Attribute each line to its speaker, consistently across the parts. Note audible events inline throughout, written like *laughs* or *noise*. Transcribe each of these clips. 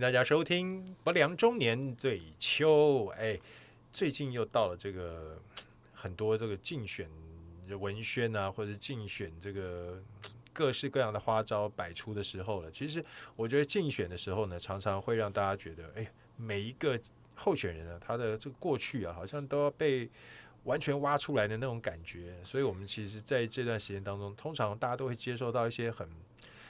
Speaker 1: 大家收听不良中年最秋。哎，最近又到了这个很多这个竞选文宣啊，或者竞选这个各式各样的花招百出的时候了。其实我觉得竞选的时候呢，常常会让大家觉得，哎，每一个候选人啊，他的这个过去啊，好像都要被。完全挖出来的那种感觉，所以我们其实在这段时间当中，通常大家都会接受到一些很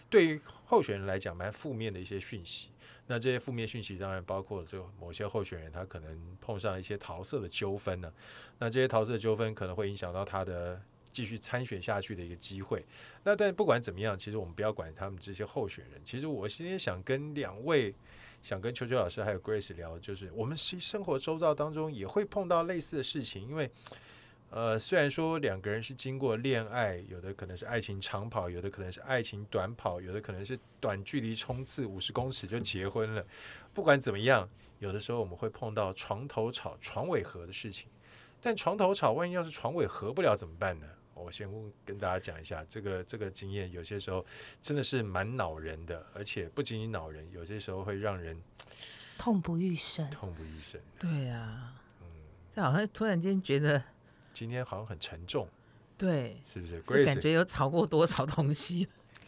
Speaker 1: 对于候选人来讲蛮负面的一些讯息。那这些负面讯息当然包括这个某些候选人他可能碰上一些桃色的纠纷呢、那这些桃色的纠纷可能会影响到他的继续参选下去的一个机会。那但不管怎么样，其实我们不要管他们这些候选人。其实我今天想跟两位，想跟球球老师还有 Grace 聊，就是我们其实生活周遭当中也会碰到类似的事情，因为。呃，虽然说两个人是经过恋爱，有的可能是爱情长跑，有的可能是爱情短跑，有的可能是短距离冲刺五十公尺就结婚了。不管怎么样，有的时候我们会碰到床头吵、床尾和的事情。但床头吵，万一要是床尾和不了怎么办呢？我先跟大家讲一下，这个这个经验有些时候真的是蛮恼人的，而且不仅仅恼人，有些时候会让人
Speaker 2: 痛不欲生。
Speaker 1: 痛不欲生。
Speaker 3: 对啊，
Speaker 1: 嗯
Speaker 3: 这好像突然间觉得，
Speaker 1: 今天好像很沉重，
Speaker 3: 对，
Speaker 1: 是不是
Speaker 3: 是感
Speaker 1: ？Grace，Grace
Speaker 3: 觉有吵过多少东西。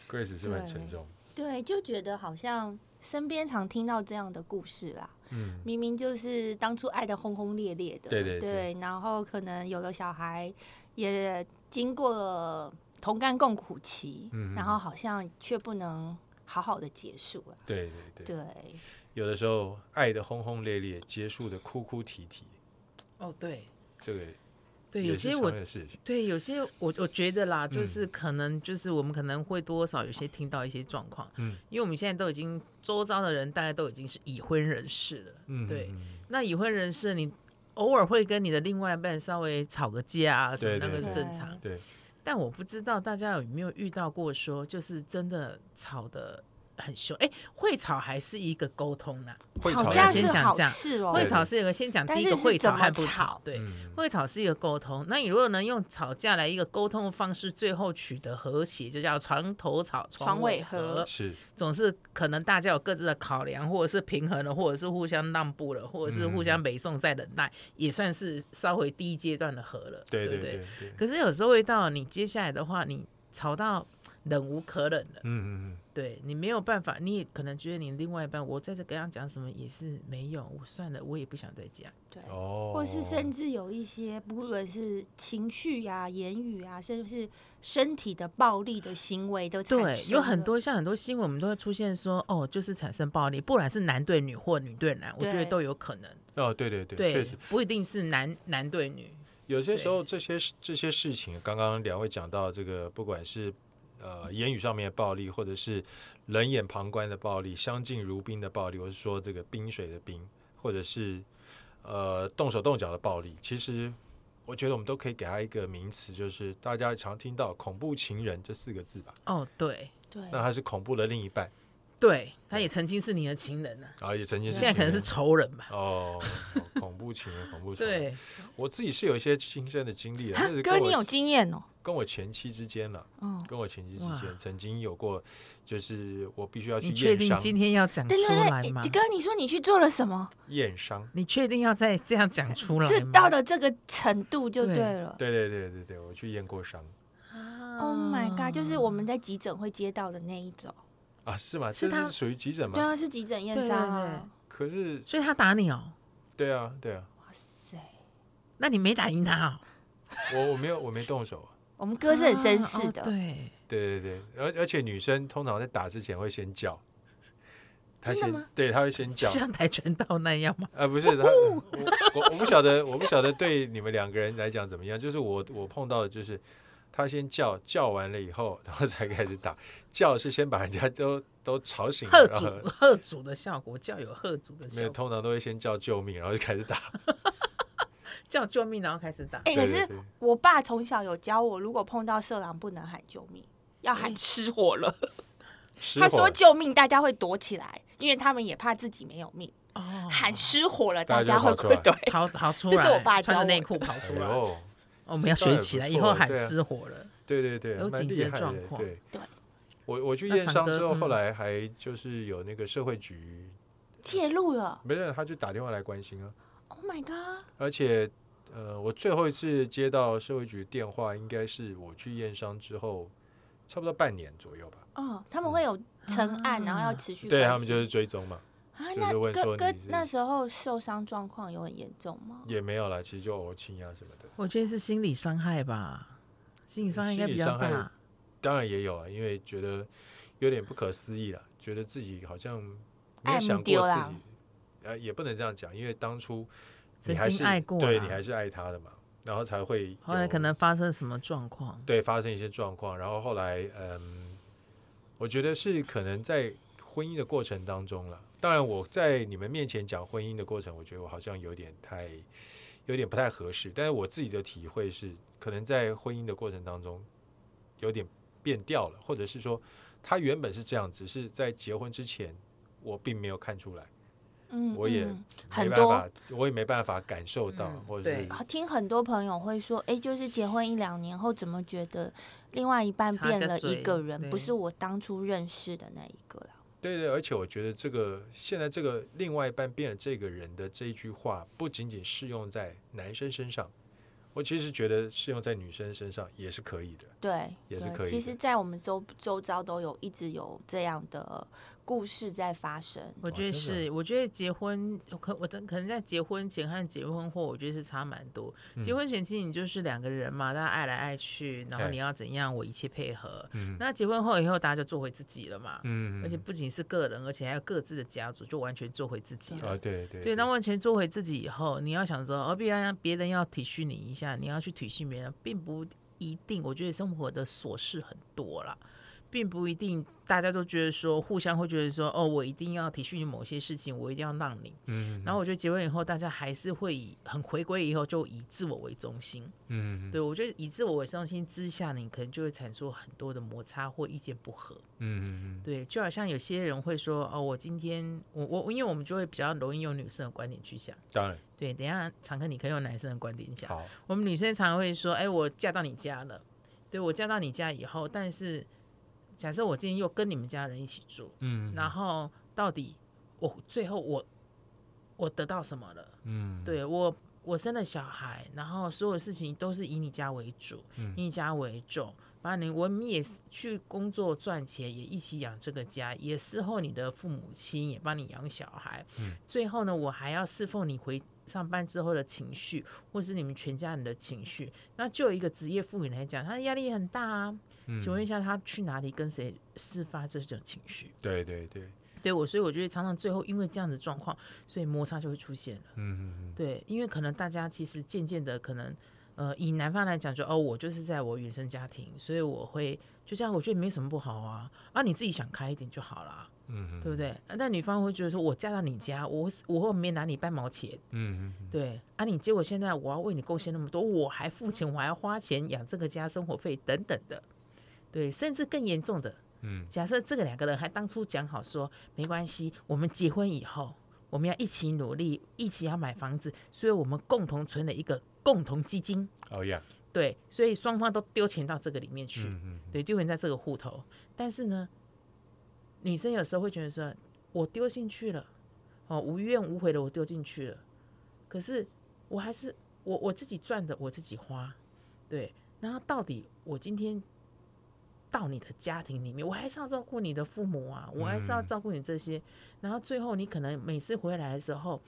Speaker 1: 是不是很沉重？
Speaker 4: 对，就觉得好像身边常听到这样的故事啦。
Speaker 1: 嗯，
Speaker 4: 明明就是当初爱的轰轰烈烈的，
Speaker 1: 对对
Speaker 4: 然后可能有了小孩，也经过了同甘共苦期，
Speaker 1: 嗯哼
Speaker 4: 然后好像却不能好好的结束了。
Speaker 1: 对对对。
Speaker 4: 对，
Speaker 1: 有的时候爱的轰轰烈烈，结束的哭哭啼啼，
Speaker 3: 哦，对
Speaker 1: 这个
Speaker 3: 对，
Speaker 1: 也
Speaker 3: 有
Speaker 1: 是
Speaker 3: 些
Speaker 1: 常
Speaker 3: 我
Speaker 1: 有的事情。
Speaker 3: 对有些我我觉得啦，就
Speaker 1: 嗯
Speaker 3: 是可能就是我们可能会多少有些听到一些状况，
Speaker 1: 嗯，
Speaker 3: 因为我们现在都已经周遭的人大概都已经是已婚人士了，
Speaker 1: 嗯，
Speaker 3: 对
Speaker 1: 嗯，
Speaker 3: 那已婚人士你偶尔会跟你的另外一半稍微吵个架啊，什么
Speaker 1: 对
Speaker 3: 那
Speaker 1: 对
Speaker 3: 个
Speaker 1: 对
Speaker 3: 正常
Speaker 1: 嗯。对，
Speaker 3: 但我不知道大家有没有遇到过说，就是真的吵得很凶。哎、会吵还是一个沟通呢、
Speaker 1: 会
Speaker 4: 吵
Speaker 1: 吵
Speaker 4: 架
Speaker 1: 架
Speaker 4: 是
Speaker 3: 先讲
Speaker 4: 好
Speaker 3: 这样
Speaker 4: 事哦，
Speaker 3: 会吵是一个先讲
Speaker 4: 但
Speaker 3: 第一
Speaker 4: 是
Speaker 3: 个
Speaker 4: 是
Speaker 3: 会吵
Speaker 4: 怎么
Speaker 3: 和不
Speaker 4: 吵
Speaker 3: 吵，对，
Speaker 1: 嗯
Speaker 3: 会吵是一个沟通。那你如果能用吵架来一个沟通的方式，最后取得和谐，就叫床头吵，
Speaker 4: 床尾
Speaker 3: 尾
Speaker 4: 和
Speaker 3: 和
Speaker 1: 是
Speaker 3: 总是可能大家有各自的考量，或者是平衡了，或者是互相让步了，或者是
Speaker 1: 嗯
Speaker 3: 互相北送再忍耐，也算是稍微第一阶段的和了，
Speaker 1: 对对
Speaker 3: 对不
Speaker 1: 对对，
Speaker 3: 可是有时候会到你接下来的话，你吵到忍无可忍了，
Speaker 1: 嗯嗯
Speaker 3: 对你没有办法，你也可能觉得你另外一半，我在这跟他讲什么也是没用，我算了，我也不想再讲。
Speaker 4: 对
Speaker 1: 嗯，。哦，
Speaker 4: 或是甚至有一些，不论是情绪呀、言语啊，甚至是身体的暴力的行为都产
Speaker 3: 对，
Speaker 4: 生
Speaker 3: 有很
Speaker 4: 了
Speaker 3: 多像很多新闻，我们都会出现说，哦，就是产生暴力，不然是男对女或女对男，我觉得
Speaker 4: 对
Speaker 3: 都有可能。
Speaker 1: 哦，对对对，确
Speaker 3: 对
Speaker 1: 实，
Speaker 3: 不一定是男男对女。
Speaker 1: 有些时候这些事这些事情，刚刚两位讲到这个，不管是呃言语上面的暴力，或者是冷眼旁观的暴力，相敬如宾的暴力，我是说这个冰水的冰，或者是呃动手动脚的暴力，其实我觉得我们都可以给他一个名词，就是大家常听到“恐怖情人”这四个字吧。
Speaker 3: 哦，对
Speaker 4: 对
Speaker 1: 那他是恐怖的另一半，啊
Speaker 3: 对，他也曾经是你的情人呐、
Speaker 1: 然后也曾经是
Speaker 3: 现在可能是
Speaker 1: 情人
Speaker 3: 仇人吧。
Speaker 1: 哦，哦恐怖情人，恐怖情人。
Speaker 3: 对，啊
Speaker 1: 我自己是有一些亲身的经历的，但是
Speaker 4: 啊哥，
Speaker 1: 跟我
Speaker 4: 你有经验哦。
Speaker 1: 跟我前妻之间了，
Speaker 4: 嗯，
Speaker 1: 跟我前妻之
Speaker 3: 哇
Speaker 1: 间曾经有过，就是我必须要去
Speaker 3: 你确
Speaker 1: 验
Speaker 3: 定
Speaker 1: 伤，
Speaker 3: 今天要讲
Speaker 4: 对
Speaker 3: 嗯出
Speaker 4: 对
Speaker 3: 来
Speaker 4: 对
Speaker 3: 吗
Speaker 4: 诶，？哥，你说你去做了什么？
Speaker 1: 验伤。
Speaker 3: 你确定要再这样讲出来
Speaker 4: 这
Speaker 3: 吗？
Speaker 4: 到了这个程度就
Speaker 3: 对
Speaker 4: 对了。
Speaker 1: 对对对对对，我去验过伤
Speaker 4: Oh my god！就是
Speaker 3: 啊
Speaker 4: 我们在急诊会接到的那一种。
Speaker 1: 啊，是吗？
Speaker 3: 是
Speaker 1: 这
Speaker 3: 他
Speaker 1: 是属于急诊
Speaker 4: 对
Speaker 1: 吗？
Speaker 4: 啊，是急诊验
Speaker 3: 对
Speaker 4: 伤
Speaker 3: 对
Speaker 4: 啊。
Speaker 1: 可是，
Speaker 3: 所以他打你哦，
Speaker 1: 对啊，对啊，
Speaker 4: 哇塞，
Speaker 3: 那你没打赢他哦，
Speaker 1: 我我没有我没动手啊，
Speaker 4: 我们哥是很绅
Speaker 3: 啊
Speaker 4: 士
Speaker 3: 哦
Speaker 4: 的。
Speaker 3: 对，
Speaker 1: 对对对，而而且女生通常在打之前会先叫，她
Speaker 4: 真的
Speaker 1: 先
Speaker 4: 吗
Speaker 1: 对，她会先
Speaker 3: 就
Speaker 1: 叫，
Speaker 3: 像跆拳道那样吗？
Speaker 1: 啊，不是他，我我我不晓得，我不晓得对你们两个人来讲怎么样。就是我我碰到的就是，他先叫叫完了以后，然后才开始打。叫是先把人家都都吵醒了，
Speaker 3: 喝
Speaker 1: 然后
Speaker 3: 阻喝阻的效果，叫有喝阻
Speaker 1: 没
Speaker 3: 的
Speaker 1: 有，
Speaker 3: 效果，
Speaker 1: 通常都会先叫救命，然后就开始打。
Speaker 3: 叫救命然后开始打。
Speaker 1: 对
Speaker 4: 哎，可
Speaker 1: 对
Speaker 4: 是
Speaker 1: 对
Speaker 4: 我爸从小有教我，如果碰到色狼不能喊救命，要喊失火了。
Speaker 1: 失
Speaker 4: 他
Speaker 1: 火
Speaker 4: 说救命，大家会躲起来，因为他们也怕自己没有命。
Speaker 3: 哦，
Speaker 4: 喊失火了，
Speaker 1: 大
Speaker 4: 大
Speaker 1: 家
Speaker 4: 家
Speaker 1: 就跑
Speaker 4: 会
Speaker 1: 出来
Speaker 4: 对。 *laughs*
Speaker 3: 逃逃出来，
Speaker 4: 这是我爸教
Speaker 3: 穿着
Speaker 4: 我
Speaker 3: 内
Speaker 4: 的
Speaker 3: 裤跑出
Speaker 1: 哎
Speaker 3: 来，哦
Speaker 1: 呦，
Speaker 3: 我们要学起来，
Speaker 1: 这倒也
Speaker 3: 以
Speaker 1: 不错
Speaker 3: 后喊
Speaker 1: 对啊
Speaker 3: 失火了。
Speaker 1: 对对对，
Speaker 3: 有
Speaker 1: 蛮
Speaker 3: 警
Speaker 1: 厉
Speaker 3: 戒
Speaker 1: 害的
Speaker 3: 状。况
Speaker 1: 对
Speaker 4: 对，
Speaker 1: 我我去
Speaker 3: 那
Speaker 1: 验
Speaker 3: 长
Speaker 1: 伤
Speaker 3: 哥
Speaker 1: 之后，后
Speaker 3: 嗯
Speaker 1: 来还就是有那个社会局
Speaker 4: 介入了
Speaker 1: 没人他就打电话来关心啊。
Speaker 4: ，Oh my god！
Speaker 1: 而且，呃，我最后一次接到社会局的电话，应该是我去验伤之后，差不多半年左右吧。
Speaker 4: 嗯，他们会有成案，然后要持续
Speaker 1: 对
Speaker 4: 关
Speaker 1: 他们
Speaker 4: 心
Speaker 1: 就是追踪嘛，
Speaker 4: 啊，
Speaker 1: 就是
Speaker 4: 那
Speaker 1: 问说
Speaker 4: 哥哥
Speaker 1: 你是
Speaker 4: 那时候受伤状况有很严重吗？
Speaker 3: 嗯
Speaker 1: 也没有啦，其实就偶亲啊什么的，
Speaker 3: 我觉得是心理伤害吧，心理伤害应该比较
Speaker 1: 心理伤
Speaker 3: 大
Speaker 1: 害。当然也有啊，因为觉得有点不可思议啦，觉得自己好像没有
Speaker 4: 爱
Speaker 1: 想
Speaker 4: 慕丢
Speaker 1: 过自
Speaker 4: 啦
Speaker 1: 己，呃，也不能这样讲，因为当初你
Speaker 3: 曾
Speaker 1: 还
Speaker 3: 经
Speaker 1: 是
Speaker 3: 爱过
Speaker 1: 对
Speaker 3: 啦
Speaker 1: 你还是爱他的嘛，然后才会
Speaker 3: 后来
Speaker 1: 有
Speaker 3: 可能发生什么状况？
Speaker 1: 对发生一些状况，然后后来嗯，我觉得是可能在婚姻的过程当中了。当然，我在你们面前讲婚姻的过程，我觉得我好像有点太有点不太合适。但是我自己的体会是，可能在婚姻的过程当中有点变调了，或者是说他原本是这样，只是在结婚之前我并没有看出来，
Speaker 4: 嗯，
Speaker 1: 我也
Speaker 4: 嗯
Speaker 1: 没
Speaker 4: 很
Speaker 1: 办
Speaker 4: 多
Speaker 1: 法，我也没办法感受到，
Speaker 3: 嗯
Speaker 1: 或者是
Speaker 3: 对
Speaker 4: 啊听很多朋友会说，哎，就是结婚一两年后，怎么觉得另外一半
Speaker 3: 插
Speaker 4: 变
Speaker 3: 着
Speaker 4: 了一
Speaker 3: 嘴
Speaker 4: 个人，不
Speaker 3: 对
Speaker 4: 是我当初认识的那一个了？
Speaker 1: 对对，而且我觉得这个现在这个另外一半变了这个人的这一句话，不仅仅适用在男生身上，我其实觉得适用在女生身上也是可以的。
Speaker 4: 对，
Speaker 1: 也是
Speaker 4: 对
Speaker 1: 可以
Speaker 4: 其
Speaker 1: 的
Speaker 4: 实，在我们周周遭都有一直有这样的故事在发生。
Speaker 3: 我
Speaker 1: 哦
Speaker 3: 觉
Speaker 1: 真
Speaker 3: 得
Speaker 1: 的
Speaker 3: 是，我觉得结婚可我真可能在结婚前和结婚后，我觉得是差蛮多。结
Speaker 1: 嗯
Speaker 3: 婚前其实你就是两个人嘛，大家爱来爱去，然后
Speaker 1: 哎
Speaker 3: 你要怎样，我一切配合。
Speaker 1: 嗯
Speaker 3: 那结婚后以后，大家就做回自己了嘛，
Speaker 1: 嗯
Speaker 3: 而且不仅是个人，而且还有各自的家族，就完全做回自己了。
Speaker 1: 啊，对对
Speaker 3: 对，那完全做回自己以后，你要想说，而别人别人要体恤你一下，你要去体恤别人，并不一定。我觉得生活的琐事很多啦，并不一定大家都觉得说，互相会觉得说，哦，我一定要体恤你某些事情，我一定要让你。
Speaker 1: 嗯
Speaker 3: 然后我觉得结婚以后，大家还是会以很回归以后，就以自我为中心。
Speaker 1: 嗯
Speaker 3: 对我觉得以自我为中心之下，你可能就会产出很多的摩擦或意见不合。
Speaker 1: 嗯
Speaker 3: 对，就好像有些人会说，哦，我今天我我因为我们就会比较容易用女生的观点去想。
Speaker 1: 当然
Speaker 3: 对，等一下常客你可以用男生的观点讲。
Speaker 1: 好，
Speaker 3: 我们女生常会说，哎、我嫁到你家了，对我嫁到你家以后，但是假设我今天又跟你们家人一起住，
Speaker 1: 嗯
Speaker 3: 然后到底我最后我我得到什么了？
Speaker 1: 嗯，
Speaker 3: 对我我生了小孩，然后所有事情都是以你家为主，以你家为重。把你，我们也是去工作赚钱，也一起养这个家，也侍候你的父母亲，也帮你养小孩。最后呢，我还要侍奉你回上班之后的情绪，或是你们全家人的情绪。那就有一个职业妇女来讲，她的压力很大啊。
Speaker 1: 嗯
Speaker 3: 请问一下，她去哪里跟谁释发这种情绪？
Speaker 1: 对对对，
Speaker 3: 对我，所以我觉得常常最后因为这样的状况，所以摩擦就会出现了。
Speaker 1: 嗯嗯
Speaker 3: 对，因为可能大家其实渐渐的，可能呃，以男方来讲就，哦，我就是在我原生家庭，所以我会就这样，我觉得没什么不好啊，啊，你自己想开一点就好啦，
Speaker 1: 嗯
Speaker 3: 对不对？啊但女方会觉得说，我嫁到你家，我我后面拿你半毛钱，
Speaker 1: 嗯
Speaker 3: 对，啊，你结果现在我要为你贡献那么多，我还付钱，我还要花钱养这个家，生活费等等的，对，甚至更严重的，
Speaker 1: 嗯
Speaker 3: 假设这个两个人还当初讲好说没关系，我们结婚以后我们要一起努力，一起要买房子，所以我们共同存了一个共同基金，
Speaker 1: 哦呀，
Speaker 3: 对，所以双方都丢钱到这个里面去，
Speaker 1: 嗯嗯
Speaker 3: 对，丢钱在这个户头。但是呢，女生有时候会觉得说，我丢进去了，哦，无怨无悔的我丢进去了，可是我还是我我自己赚的，我自己花，对。然后到底我今天到你的家庭里面，我还是要照顾你的父母啊，我还是要照顾你这些。然后最后你可能每次回来的时候，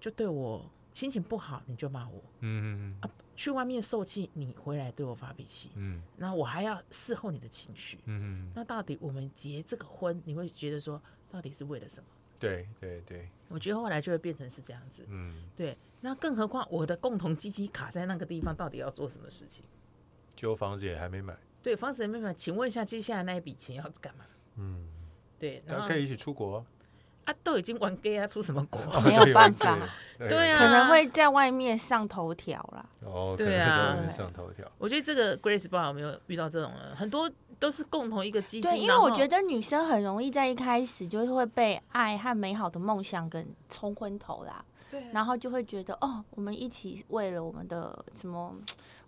Speaker 3: 就对我心情不好，你就骂我。
Speaker 1: 嗯
Speaker 3: 去外面受气，你回来对我发脾气，
Speaker 1: 嗯
Speaker 3: 那我还要伺候你的情绪。
Speaker 1: 嗯，
Speaker 3: 那到底我们结这个婚，你会觉得说，到底是为了什么？
Speaker 1: 对对对，
Speaker 3: 我觉得后来就会变成是这样子，
Speaker 1: 嗯，
Speaker 3: 对。那更何况我的共同基金卡在那个地方，到底要做什么事情？
Speaker 1: 旧房子也还没买，
Speaker 3: 对，房子也没办法，请问一下，接下来那一笔钱要干嘛？
Speaker 1: 嗯，
Speaker 3: 对，然
Speaker 1: 但
Speaker 3: 后
Speaker 1: 可以一起出国，
Speaker 3: 啊，都已经玩 gay 啊，出什么国？
Speaker 1: 哦
Speaker 4: 没有办法，
Speaker 3: 对啊，
Speaker 4: 可能会在外面上头条啦。
Speaker 1: 哦，
Speaker 3: 对啊
Speaker 1: 上头条，
Speaker 3: 我觉得这个 Grace 不知道有没有遇到这种人，很多都是共同一个基金，
Speaker 4: 对，因为
Speaker 3: 然后
Speaker 4: 我觉得女生很容易在一开始就是会被爱和美好的梦想跟冲昏头啦，
Speaker 3: 对啊，
Speaker 4: 然后就会觉得哦，我们一起为了我们的什么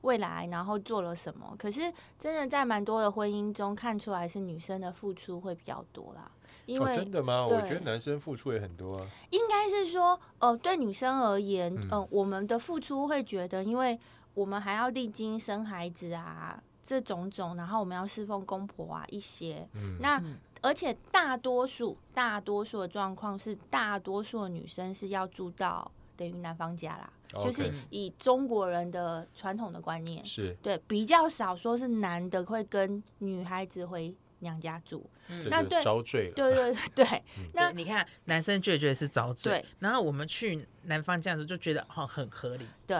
Speaker 4: 未来，然后做了什么。可是真的在蛮多的婚姻中看出来是女生的付出会比较多啦，因
Speaker 1: 哦，
Speaker 4: 为
Speaker 1: 真的吗？我
Speaker 4: 对
Speaker 1: 觉得男生付出也很多啊。
Speaker 4: 应该是说，呃，对女生而言，
Speaker 1: 嗯
Speaker 4: 嗯、我们的付出会觉得，因为我们还要历经生孩子啊，这种种，然后我们要侍奉公婆啊一些。
Speaker 1: 嗯
Speaker 4: 那
Speaker 3: 嗯
Speaker 4: 而且大多数大多数的状况是，大多数的女生是要住到等于男方家啦，就
Speaker 1: OK，
Speaker 4: 是以中国人的传统的观念，
Speaker 1: 是
Speaker 4: 对比较少说是男的会跟女孩子回娘家住。
Speaker 1: 这
Speaker 4: 嗯那
Speaker 1: 就
Speaker 4: 对
Speaker 1: 遭罪了。
Speaker 4: 对对对，那
Speaker 1: 嗯
Speaker 3: 对嗯你看男生就觉得是遭罪
Speaker 4: 对，
Speaker 3: 然后我们去南方这样子就觉得哦很合理，
Speaker 4: 对。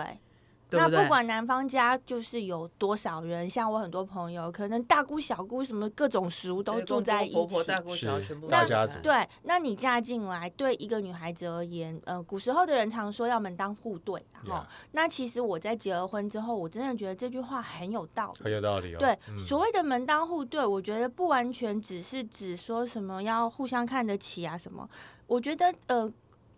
Speaker 3: 对
Speaker 4: 那
Speaker 3: 对？
Speaker 4: 不管男方家就是有多少人，像我很多朋友，可能大姑小姑什么各种叔都
Speaker 3: 对
Speaker 4: 住在一
Speaker 3: 公公婆婆
Speaker 4: 起
Speaker 3: 大。姑小姑全部
Speaker 1: 是大
Speaker 3: 都
Speaker 1: 家
Speaker 3: 在
Speaker 1: 族
Speaker 4: 对，那你嫁进来，对一个女孩子而言，呃，古时候的人常说要门当户对，然后
Speaker 1: Yeah，
Speaker 4: 那其实我在结了婚之后，我真的觉得这句话很有道理。
Speaker 1: 很有道理哦。
Speaker 4: 对，
Speaker 1: 嗯
Speaker 4: 所谓的门当户对，我觉得不完全只是指说什么要互相看得起啊什么。我觉得呃，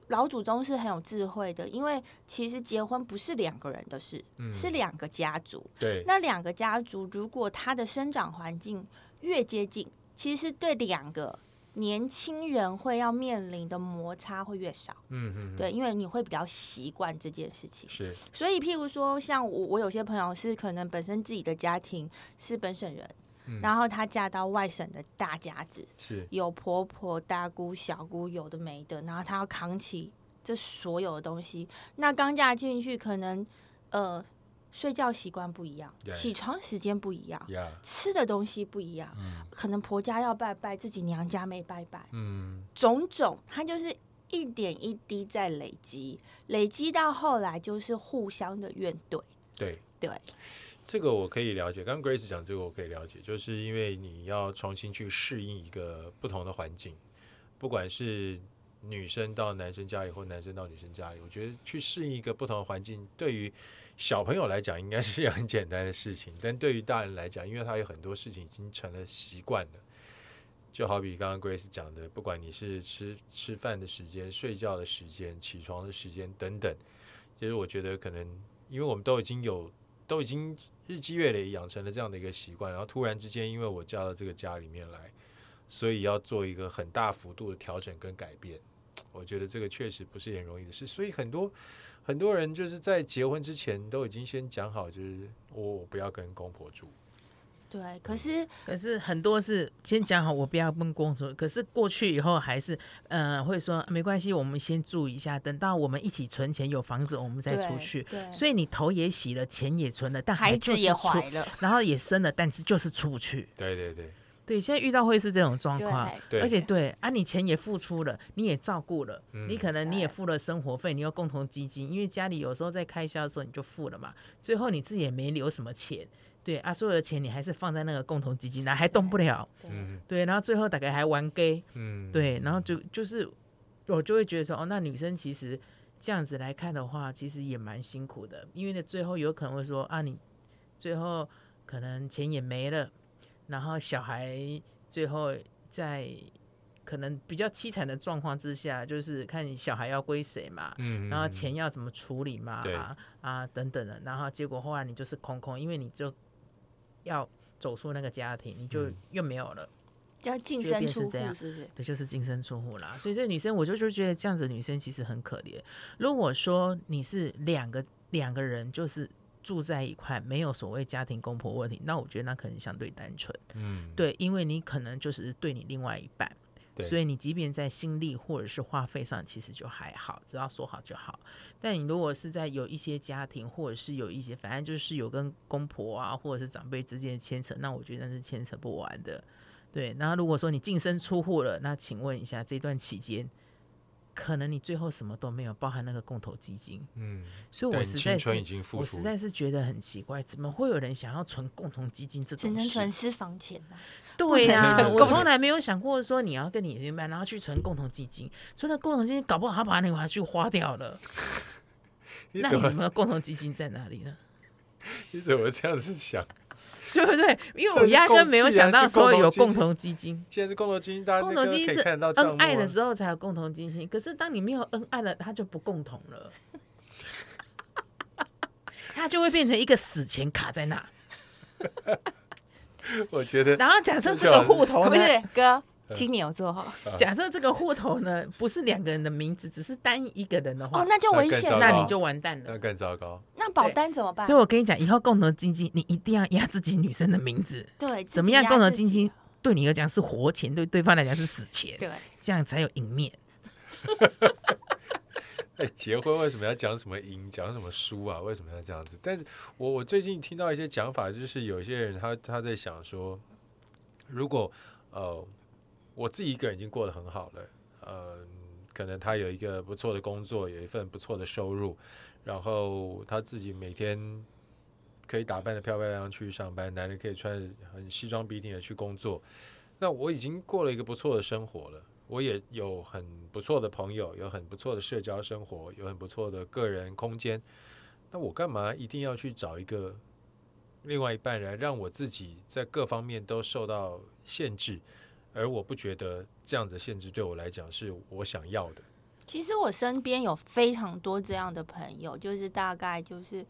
Speaker 4: 老祖宗是很有智慧的，因为其实结婚不是两个人的事，
Speaker 1: 嗯
Speaker 4: 是两个家族。
Speaker 1: 对，
Speaker 4: 那两个家族如果他的生长环境越接近，其实对两个年轻人会要面临的摩擦会越少。
Speaker 1: 嗯嗯，嗯，
Speaker 4: 对，因为你会比较习惯这件事情。
Speaker 1: 是
Speaker 4: 所以，譬如说，像我，我有些朋友是可能本身自己的家庭是本省人，
Speaker 1: 嗯
Speaker 4: 然后她嫁到外省的大家子，
Speaker 1: 是，
Speaker 4: 有婆婆、大姑、小姑，有的没的，然后她要扛起这所有的东西。那刚嫁进去，可能呃睡觉习惯不一样，
Speaker 1: 对
Speaker 4: 起床时间不一样，
Speaker 1: 呀，
Speaker 4: 吃的东西不一样，
Speaker 1: 嗯
Speaker 4: 可能婆家要拜拜，自己娘家没拜拜，
Speaker 1: 嗯，
Speaker 4: 种种，它就是一点一滴在累积，累积到后来就是互相的怨怼。
Speaker 1: 对。
Speaker 4: 对，
Speaker 1: 这个我可以了解，刚刚 Grace 讲这个我可以了解，就是因为你要重新去适应一个不同的环境，不管是女生到男生家里或男生到女生家里，我觉得去适应一个不同的环境，对于小朋友来讲应该是一件很简单的事情，但对于大人来讲，因为他有很多事情已经成了习惯了。就好比刚刚 Grace 讲的，不管你是吃吃饭的时间、睡觉的时间、起床的时间等等，其实我觉得可能，因为我们都已经有都已经日积月累养成了这样的一个习惯，然后突然之间，因为我嫁到这个家里面来，所以要做一个很大幅度的调整跟改变。我觉得这个确实不是一件容易的事，所以很多很多人就是在结婚之前都已经先讲好，就是我我不要跟公婆住，
Speaker 4: 对，可是
Speaker 3: 可是很多是先讲好，我不要跟公主。可是过去以后还是，呃，会说没关系，我们先住一下，等到我们一起存钱有房子，我们再出去。
Speaker 4: 对对
Speaker 3: 所以你头也洗了，钱也存了，但
Speaker 4: 孩
Speaker 3: 就
Speaker 4: 子
Speaker 3: 是
Speaker 4: 也
Speaker 3: 出
Speaker 4: 怀了，
Speaker 3: 然后也生了，但是就是出不去。
Speaker 1: 对对对，
Speaker 3: 对，现在遇到会是这种状况。
Speaker 1: 对
Speaker 3: 而且对啊，你钱也付出了，你也照顾了，
Speaker 1: 嗯
Speaker 3: 你可能你也
Speaker 4: 对
Speaker 3: 付了生活费，你有共同基金，因为家里有时候在开销的时候你就付了嘛，最后你自己也没留什么钱，对啊，所有的钱你还是放在那个共同基金那还动不了，
Speaker 1: 嗯
Speaker 3: 对，然后最后大概还玩 gay，
Speaker 1: 嗯，
Speaker 3: 对，然后就就是我就会觉得说，哦，那女生其实这样子来看的话，其实也蛮辛苦的，因为呢最后有可能会说啊，你最后可能钱也没了，然后小孩最后在可能比较凄惨的状况之下，就是看你小孩要归谁嘛，
Speaker 1: 嗯，
Speaker 3: 然后钱要怎么处理嘛，
Speaker 1: 对
Speaker 3: 啊啊等等的，然后结果后来你就是空空，因为你就要走出那个家庭，你就
Speaker 1: 嗯
Speaker 3: 又没有了。
Speaker 4: 就要净
Speaker 3: 就
Speaker 4: 身
Speaker 3: 变是
Speaker 4: 出户，
Speaker 3: 这样
Speaker 4: 是不是？
Speaker 3: 对，就是净身出户啦。所以这女生，我就就觉得这样子的女生其实很可怜。如果说你是两个两个人，就是住在一块，没有所谓家庭公婆问题，那我觉得那可能相对单纯。
Speaker 1: 嗯，
Speaker 3: 对，因为你可能就是对你另外一半，
Speaker 1: 对
Speaker 3: 所以你即便在心力或者是花费上，其实就还好，只要说好就好。但你如果是在有一些家庭，或者是有一些，反正就是有跟公婆啊，或者是长辈之间的牵扯，那我觉得那是牵扯不完的。对，然后如果说你净身出户了，那请问一下，这段期间，可能你最后什么都没有，包含那个共投基金，
Speaker 1: 嗯，
Speaker 3: 所以
Speaker 1: 对
Speaker 3: 我
Speaker 1: 你
Speaker 3: 实
Speaker 1: 青
Speaker 3: 在
Speaker 1: 春已
Speaker 3: 是，
Speaker 1: 经付
Speaker 3: 我
Speaker 1: 出
Speaker 3: 实
Speaker 1: 了，
Speaker 3: 在是觉得很奇怪，怎么会有人想要存共同基金这
Speaker 4: 只
Speaker 3: 种
Speaker 4: 能
Speaker 3: 事？
Speaker 4: 存私房钱啊。
Speaker 3: 对呀、
Speaker 1: 能存
Speaker 3: 我
Speaker 1: 共
Speaker 3: 从
Speaker 1: 同
Speaker 3: 来没有想过说你要跟你另一半，然后去存共同基金，存了共同基金，搞不好他把那拿去花掉了，
Speaker 1: 你
Speaker 3: 那
Speaker 1: 怎
Speaker 3: 你
Speaker 1: 么
Speaker 3: 们的共同基金在哪里
Speaker 4: *laughs*
Speaker 3: 呢？
Speaker 1: 你怎么这样子想？
Speaker 3: 对不对？因
Speaker 1: 这
Speaker 3: 为我
Speaker 1: 是
Speaker 3: 压根
Speaker 1: 共
Speaker 3: 没有
Speaker 1: 既然
Speaker 3: 想到
Speaker 1: 是共
Speaker 3: 说有
Speaker 1: 同基
Speaker 3: 共
Speaker 1: 金
Speaker 3: 同基金，
Speaker 1: 既然是共同基金，大家
Speaker 3: 共
Speaker 1: 那
Speaker 3: 同
Speaker 1: 个
Speaker 3: 基
Speaker 1: 可
Speaker 3: 金
Speaker 1: 以
Speaker 3: 是
Speaker 1: 看得到账
Speaker 3: 恩
Speaker 1: 目
Speaker 3: 爱的
Speaker 1: 啊
Speaker 3: 时候才有共同基金，可是当你没有恩爱了，它就不共同了，它就会变成一个死钱卡在那。
Speaker 1: 我觉得
Speaker 3: 然后假设
Speaker 1: 这
Speaker 3: 这个
Speaker 1: 好像
Speaker 3: 户
Speaker 4: *laughs*
Speaker 3: 头
Speaker 4: 不
Speaker 1: 哦
Speaker 3: 呢，
Speaker 4: 是哥，
Speaker 1: 呃
Speaker 4: 金牛座哈，
Speaker 3: 假设这个户头呢不是两个人的名字，只是单一个人的话，
Speaker 4: 哦，那就
Speaker 1: 那
Speaker 4: 危
Speaker 1: 更
Speaker 4: 险
Speaker 1: 糟
Speaker 4: 了。
Speaker 1: 糕
Speaker 3: 那你就完蛋了。
Speaker 1: 那更糟糕。
Speaker 4: 那保单怎么办
Speaker 3: 所以？我跟你讲，以后共同基金你一定要压自己女生的名字，
Speaker 4: 对，
Speaker 3: 怎
Speaker 4: 自
Speaker 3: 么
Speaker 4: 己
Speaker 3: 样？
Speaker 4: 压
Speaker 3: 共同
Speaker 4: 自
Speaker 3: 基
Speaker 4: 己
Speaker 3: 金对你来讲是活钱，对对方来讲是死钱，
Speaker 4: 对，
Speaker 3: 这样才有赢面。
Speaker 1: 哎，结婚为什么要讲什么赢，讲什么输啊？为什么要这样子？但是我我最近听到一些讲法，就是有些人他他在想说，如果呃我自己一个人已经过得很好了，呃，可能他有一个不错的工作，有一份不错的收入，然后他自己每天可以打扮的漂漂亮亮去上班，男人可以穿得很西装笔挺的去工作，那我已经过了一个不错的生活了。我也有很不错的朋友，有很不错的社交生活，有很不错的个人空间。那我干嘛一定要去找一个另外一半来让我自己在各方面都受到限制？而我不觉得这样子的限制对我来讲是我想要的。
Speaker 4: 其实我身边有非常多这样的朋友，就是大概就是，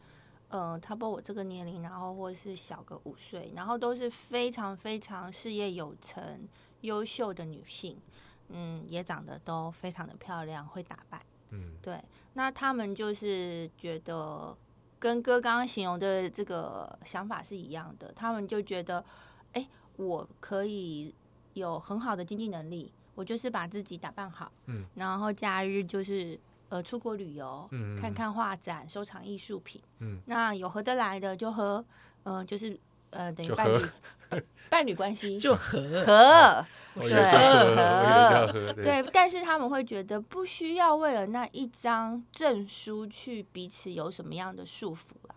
Speaker 4: 呃，差不多我这个年龄，然后或是小个五岁，然后都是非常非常事业有成、优秀的女性，嗯，也长得都非常的漂亮，会打扮。
Speaker 1: 嗯，
Speaker 4: 对，那他们就是觉得跟哥刚刚形容的这个想法是一样的，他们就觉得，哎，我可以有很好的经济能力，我就是把自己打扮好，
Speaker 1: 嗯，
Speaker 4: 然后假日就是呃出国旅游，
Speaker 1: 嗯
Speaker 4: 看看画展、收藏艺术品，
Speaker 1: 嗯，
Speaker 4: 那有合得来的就合，嗯、就是呃等于
Speaker 1: 就
Speaker 4: 伴
Speaker 1: 合
Speaker 4: 侣
Speaker 1: *laughs*
Speaker 4: 伴侣关系
Speaker 3: 就和
Speaker 4: 合。
Speaker 1: 我
Speaker 4: 对
Speaker 1: 也要喝，我也要喝。对，
Speaker 4: 对，但是他们会觉得不需要为了那一张证书去彼此有什么样的束缚了、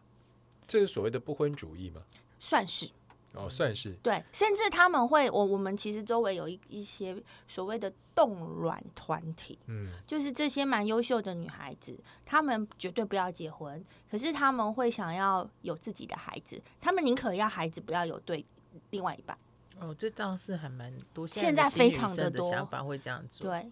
Speaker 1: 这是所谓的不婚主义嘛？
Speaker 4: 算是
Speaker 1: 哦，算是。
Speaker 4: 对，甚至他们会，我我们其实周围有一一些所谓的冻卵团体，
Speaker 1: 嗯
Speaker 4: 就是这些蛮优秀的女孩子，她们绝对不要结婚，可是她们会想要有自己的孩子，她们宁可要孩子，不要有对另外一半。
Speaker 3: 哦，这倒是还蛮多。
Speaker 4: 现在
Speaker 3: 的
Speaker 4: 非
Speaker 3: 新女
Speaker 4: 常
Speaker 3: 生
Speaker 4: 地
Speaker 3: 的
Speaker 4: 多
Speaker 3: 想法会这样做，
Speaker 4: 对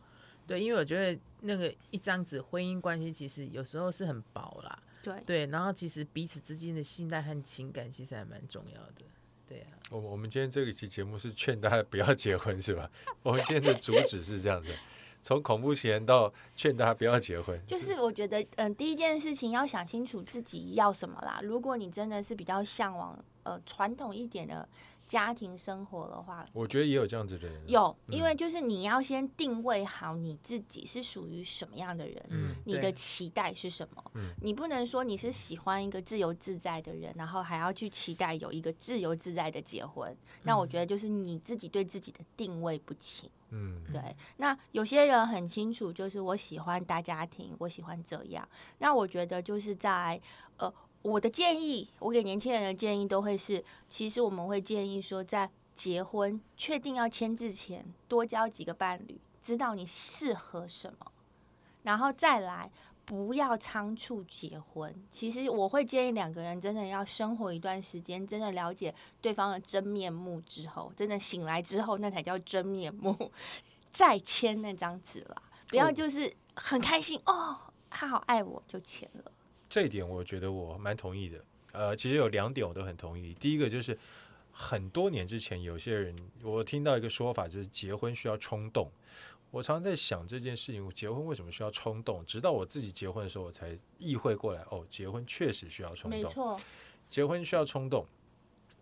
Speaker 3: 对，因为我觉得那个一张纸婚姻关系其实有时候是很薄啦，
Speaker 4: 对，
Speaker 3: 对，然后其实彼此之间的信赖和情感其实还蛮重要的，对啊，
Speaker 1: 我我们今天这一期节目是劝大家不要结婚，是吧？ *laughs* 我们今天的主旨是这样的，从恐怖前到劝大家不要结婚，
Speaker 4: 就是我觉得，嗯，第一件事情要想清楚自己要什么啦。如果你真的是比较向往呃传统一点的家庭生活的话，
Speaker 1: 我觉得也有这样子的人啊，
Speaker 4: 有，因为就是你要先定位好你自己是属于什么样的人，
Speaker 1: 嗯
Speaker 4: 你的
Speaker 3: 对
Speaker 4: 期待是什么。
Speaker 1: 嗯
Speaker 4: 你不能说你是喜欢一个自由自在的人，然后还要去期待有一个自由自在的结婚。那我觉得就是你自己对自己的定位不清。
Speaker 1: 嗯，
Speaker 4: 对，那有些人很清楚，就是我喜欢大家庭，我喜欢这样。那我觉得就是在呃，我的建议，我给年轻人的建议都会是，其实我们会建议说，在结婚确定要签字前，多交几个伴侣，知道你适合什么，然后再来。不要仓促结婚。其实我会建议两个人真的要生活一段时间，真的了解对方的真面目之后，真的醒来之后，那才叫真面目。再签那张纸啦，不要就是很开心哦，他好爱我就签了。
Speaker 1: 这一点我觉得我蛮同意的。呃，其实有两点我都很同意。第一个就是很多年之前，有些人我听到一个说法，就是结婚需要冲动。我常常在想这件事情，我结婚为什么需要冲动？直到我自己结婚的时候，我才意会过来，哦，结婚确实需要冲
Speaker 4: 没
Speaker 1: 动。
Speaker 4: 错，
Speaker 1: 结婚需要冲动。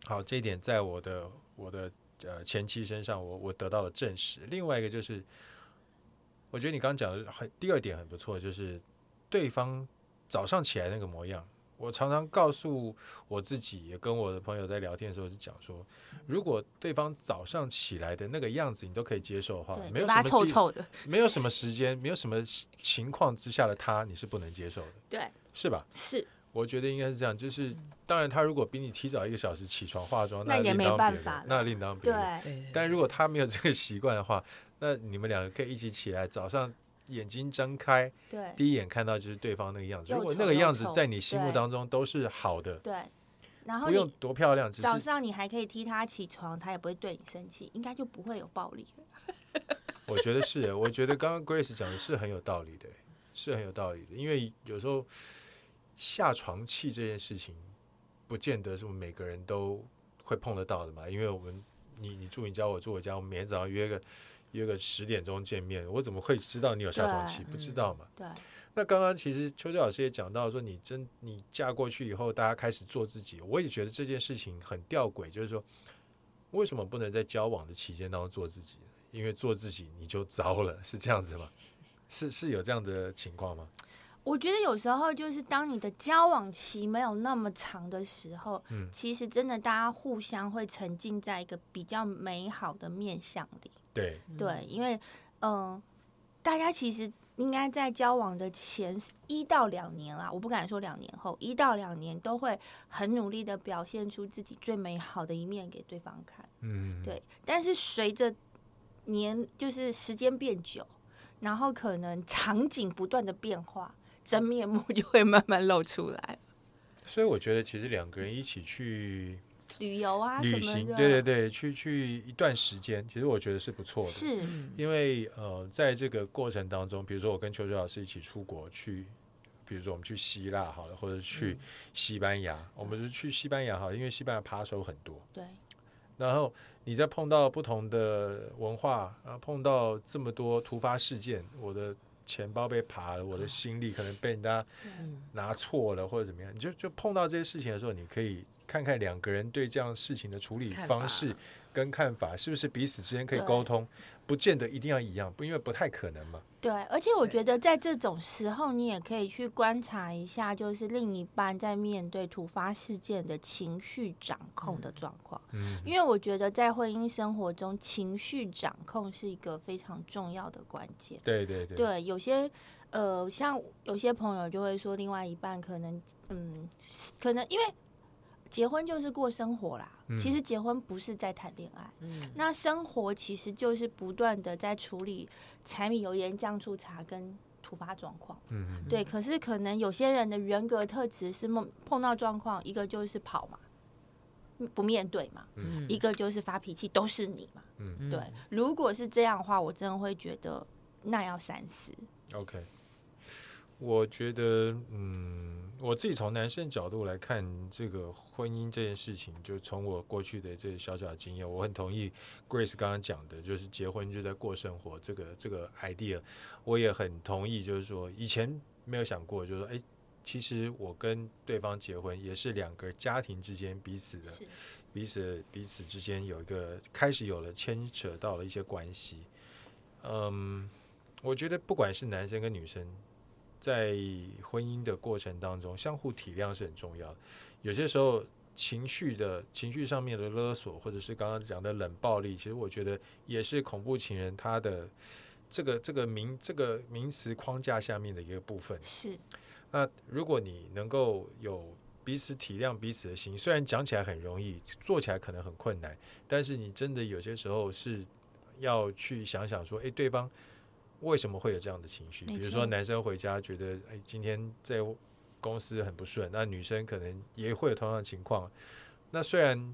Speaker 1: 好，这一点在我的我的呃前妻身上我，我得到了证实。另外一个就是，我觉得你刚刚讲的很第二点很不错，就是对方早上起来那个模样。我常常告诉我自己，也跟我的朋友在聊天的时候就讲说，如果对方早上起来的那个样子你都可以接受的话，
Speaker 4: 对，
Speaker 1: 哦没有什
Speaker 4: 嘴
Speaker 1: 么
Speaker 4: 巴
Speaker 1: 地
Speaker 4: 臭，臭的，
Speaker 1: 没有什么时间，没有什么情况之下的他你是不能接受的，
Speaker 4: 对，
Speaker 1: 是吧？
Speaker 4: 是
Speaker 1: 我觉得应该是这样，就是当然他如果比你提早一个小时起床化妆，
Speaker 4: 嗯那也
Speaker 1: 另
Speaker 4: 没
Speaker 1: 当别
Speaker 4: 办
Speaker 1: 论
Speaker 4: 法了
Speaker 1: 那另当别
Speaker 4: 对。
Speaker 1: 论。
Speaker 3: 对对
Speaker 1: 但如果他没有这个习惯的话，那你们两个可以一起起来，早上眼睛睁开，
Speaker 4: 对
Speaker 1: 第一眼看到就是对方那个样子。
Speaker 4: 又
Speaker 1: 如果
Speaker 4: 丑
Speaker 1: 那个
Speaker 4: 又
Speaker 1: 样子
Speaker 4: 丑
Speaker 1: 在你心目
Speaker 4: 对
Speaker 1: 当中都是好的，
Speaker 4: 对，然后
Speaker 1: 不用
Speaker 4: 你
Speaker 1: 多漂亮，只
Speaker 4: 早
Speaker 1: 是
Speaker 4: 上你还可以踢他起床，他也不会对你生气，应该就不会有暴力了。
Speaker 1: 我觉得是，我觉得刚刚 Grace 讲的是很有道理的，是很有道理的，因为有时候下床气这件事情，不见得是我们每个人都会碰得到的嘛，因为我们你你住你家，我住我家，我们每天早上约个约个十点钟见面，我怎么会知道你有下床期？
Speaker 3: 对
Speaker 1: 不知道嘛。
Speaker 4: 对，
Speaker 1: 那刚刚其实邱邱老师也讲到说，你真你嫁过去以后，大家开始做自己，我也觉得这件事情很吊诡，就是说为什么不能在交往的期间当中做自己呢？因为做自己你就糟了，是这样子
Speaker 4: *laughs*
Speaker 1: 吗？是是有这样的情况吗？
Speaker 4: 我觉得有时候就是当你的交往期没有那么长的时候，
Speaker 1: 嗯
Speaker 4: 其实真的大家互相会沉浸在一个比较美好的面相里。
Speaker 1: 对，
Speaker 4: 对，因为嗯、呃大家其实应该在交往的前一到两年啦，我不敢说两年后，一到两年都会很努力的表现出自己最美好的一面给对方看。
Speaker 1: 嗯，
Speaker 4: 对，但是随着年就是时间变久，然后可能场景不断的变化，真面目就会慢慢露出来。
Speaker 1: 所以我觉得其实两个人一起去
Speaker 4: 旅游啊什
Speaker 1: 旅
Speaker 4: 么
Speaker 1: 行，
Speaker 4: 的，
Speaker 1: 对对对，去去一段时间，其实我觉得是不错的。
Speaker 4: 是
Speaker 3: 嗯，
Speaker 1: 因为呃，在这个过程当中，比如说我跟球球老师一起出国去，比如说我们去希腊好了，或者去西班牙，我们是去西班牙好了，因为西班牙扒手很多。
Speaker 4: 对，
Speaker 1: 然后你再碰到不同的文化啊，碰到这么多突发事件，我的钱包被扒了，我的行李可能被人家
Speaker 3: 嗯
Speaker 1: 拿错了或者怎么样，你就就碰到这些事情的时候，你可以看看两个人对这样事情的处理
Speaker 3: 看法
Speaker 1: 方式跟看法是不是彼此之间可以
Speaker 4: 对
Speaker 1: 沟通，不见得一定要一样，不因为不太可能嘛。
Speaker 4: 对，而且我
Speaker 3: 对
Speaker 4: 觉得在这种时候，你也可以去观察一下，就是另一半在面对突发事件的情绪掌控的状况。
Speaker 1: 嗯，
Speaker 4: 因为我觉得在婚姻生活中，情绪掌控是一个非常重要的关键。
Speaker 1: 对对嗯对，
Speaker 4: 对，有些呃，像有些朋友就会说，另外一半可能，嗯，可能因为结婚就是过生活啦，其
Speaker 1: 嗯
Speaker 4: 实结婚不是在谈恋爱。
Speaker 3: 嗯
Speaker 4: 那生活其实就是不断的在处理柴米油盐酱醋茶跟突发状况，
Speaker 1: 嗯，
Speaker 4: 对。可是可能有些人的人格特质是碰碰到状况，一个就是跑嘛，不面对嘛，
Speaker 3: 嗯
Speaker 4: 一个就是发脾气，都是你嘛，
Speaker 3: 嗯
Speaker 4: 对。如果是这样的话，我真的会觉得那要三思。
Speaker 1: OK，我觉得，嗯，我自己从男生角度来看这个婚姻这件事情，就从我过去的这小小的经验，我很同意 Grace 刚刚讲的，就是结婚就在过生活这个这个 idea，我也很同意，就是说以前没有想过，就是说，哎，其实我跟对方结婚也是两个家庭之间彼此的
Speaker 4: 是
Speaker 1: 彼此彼此之间有一个开始有了牵扯到了一些关系。嗯，我觉得不管是男生跟女生，在婚姻的过程当中，相互体谅是很重要的。有些时候情绪的情绪上面的勒索，或者是刚刚讲的冷暴力，其实我觉得也是恐怖情人他的这个这个名这个名词框架下面的一个部分。
Speaker 4: 是，
Speaker 1: 那如果你能够有彼此体谅彼此的心，虽然讲起来很容易，做起来可能很困难，但是你真的有些时候是要去想想说，诶，对方为什么会有这样的情绪？比
Speaker 4: 没
Speaker 1: 如
Speaker 4: 错
Speaker 1: 说男生回家觉得，诶，今天在公司很不顺，那女生可能也会有同样的情况。那虽然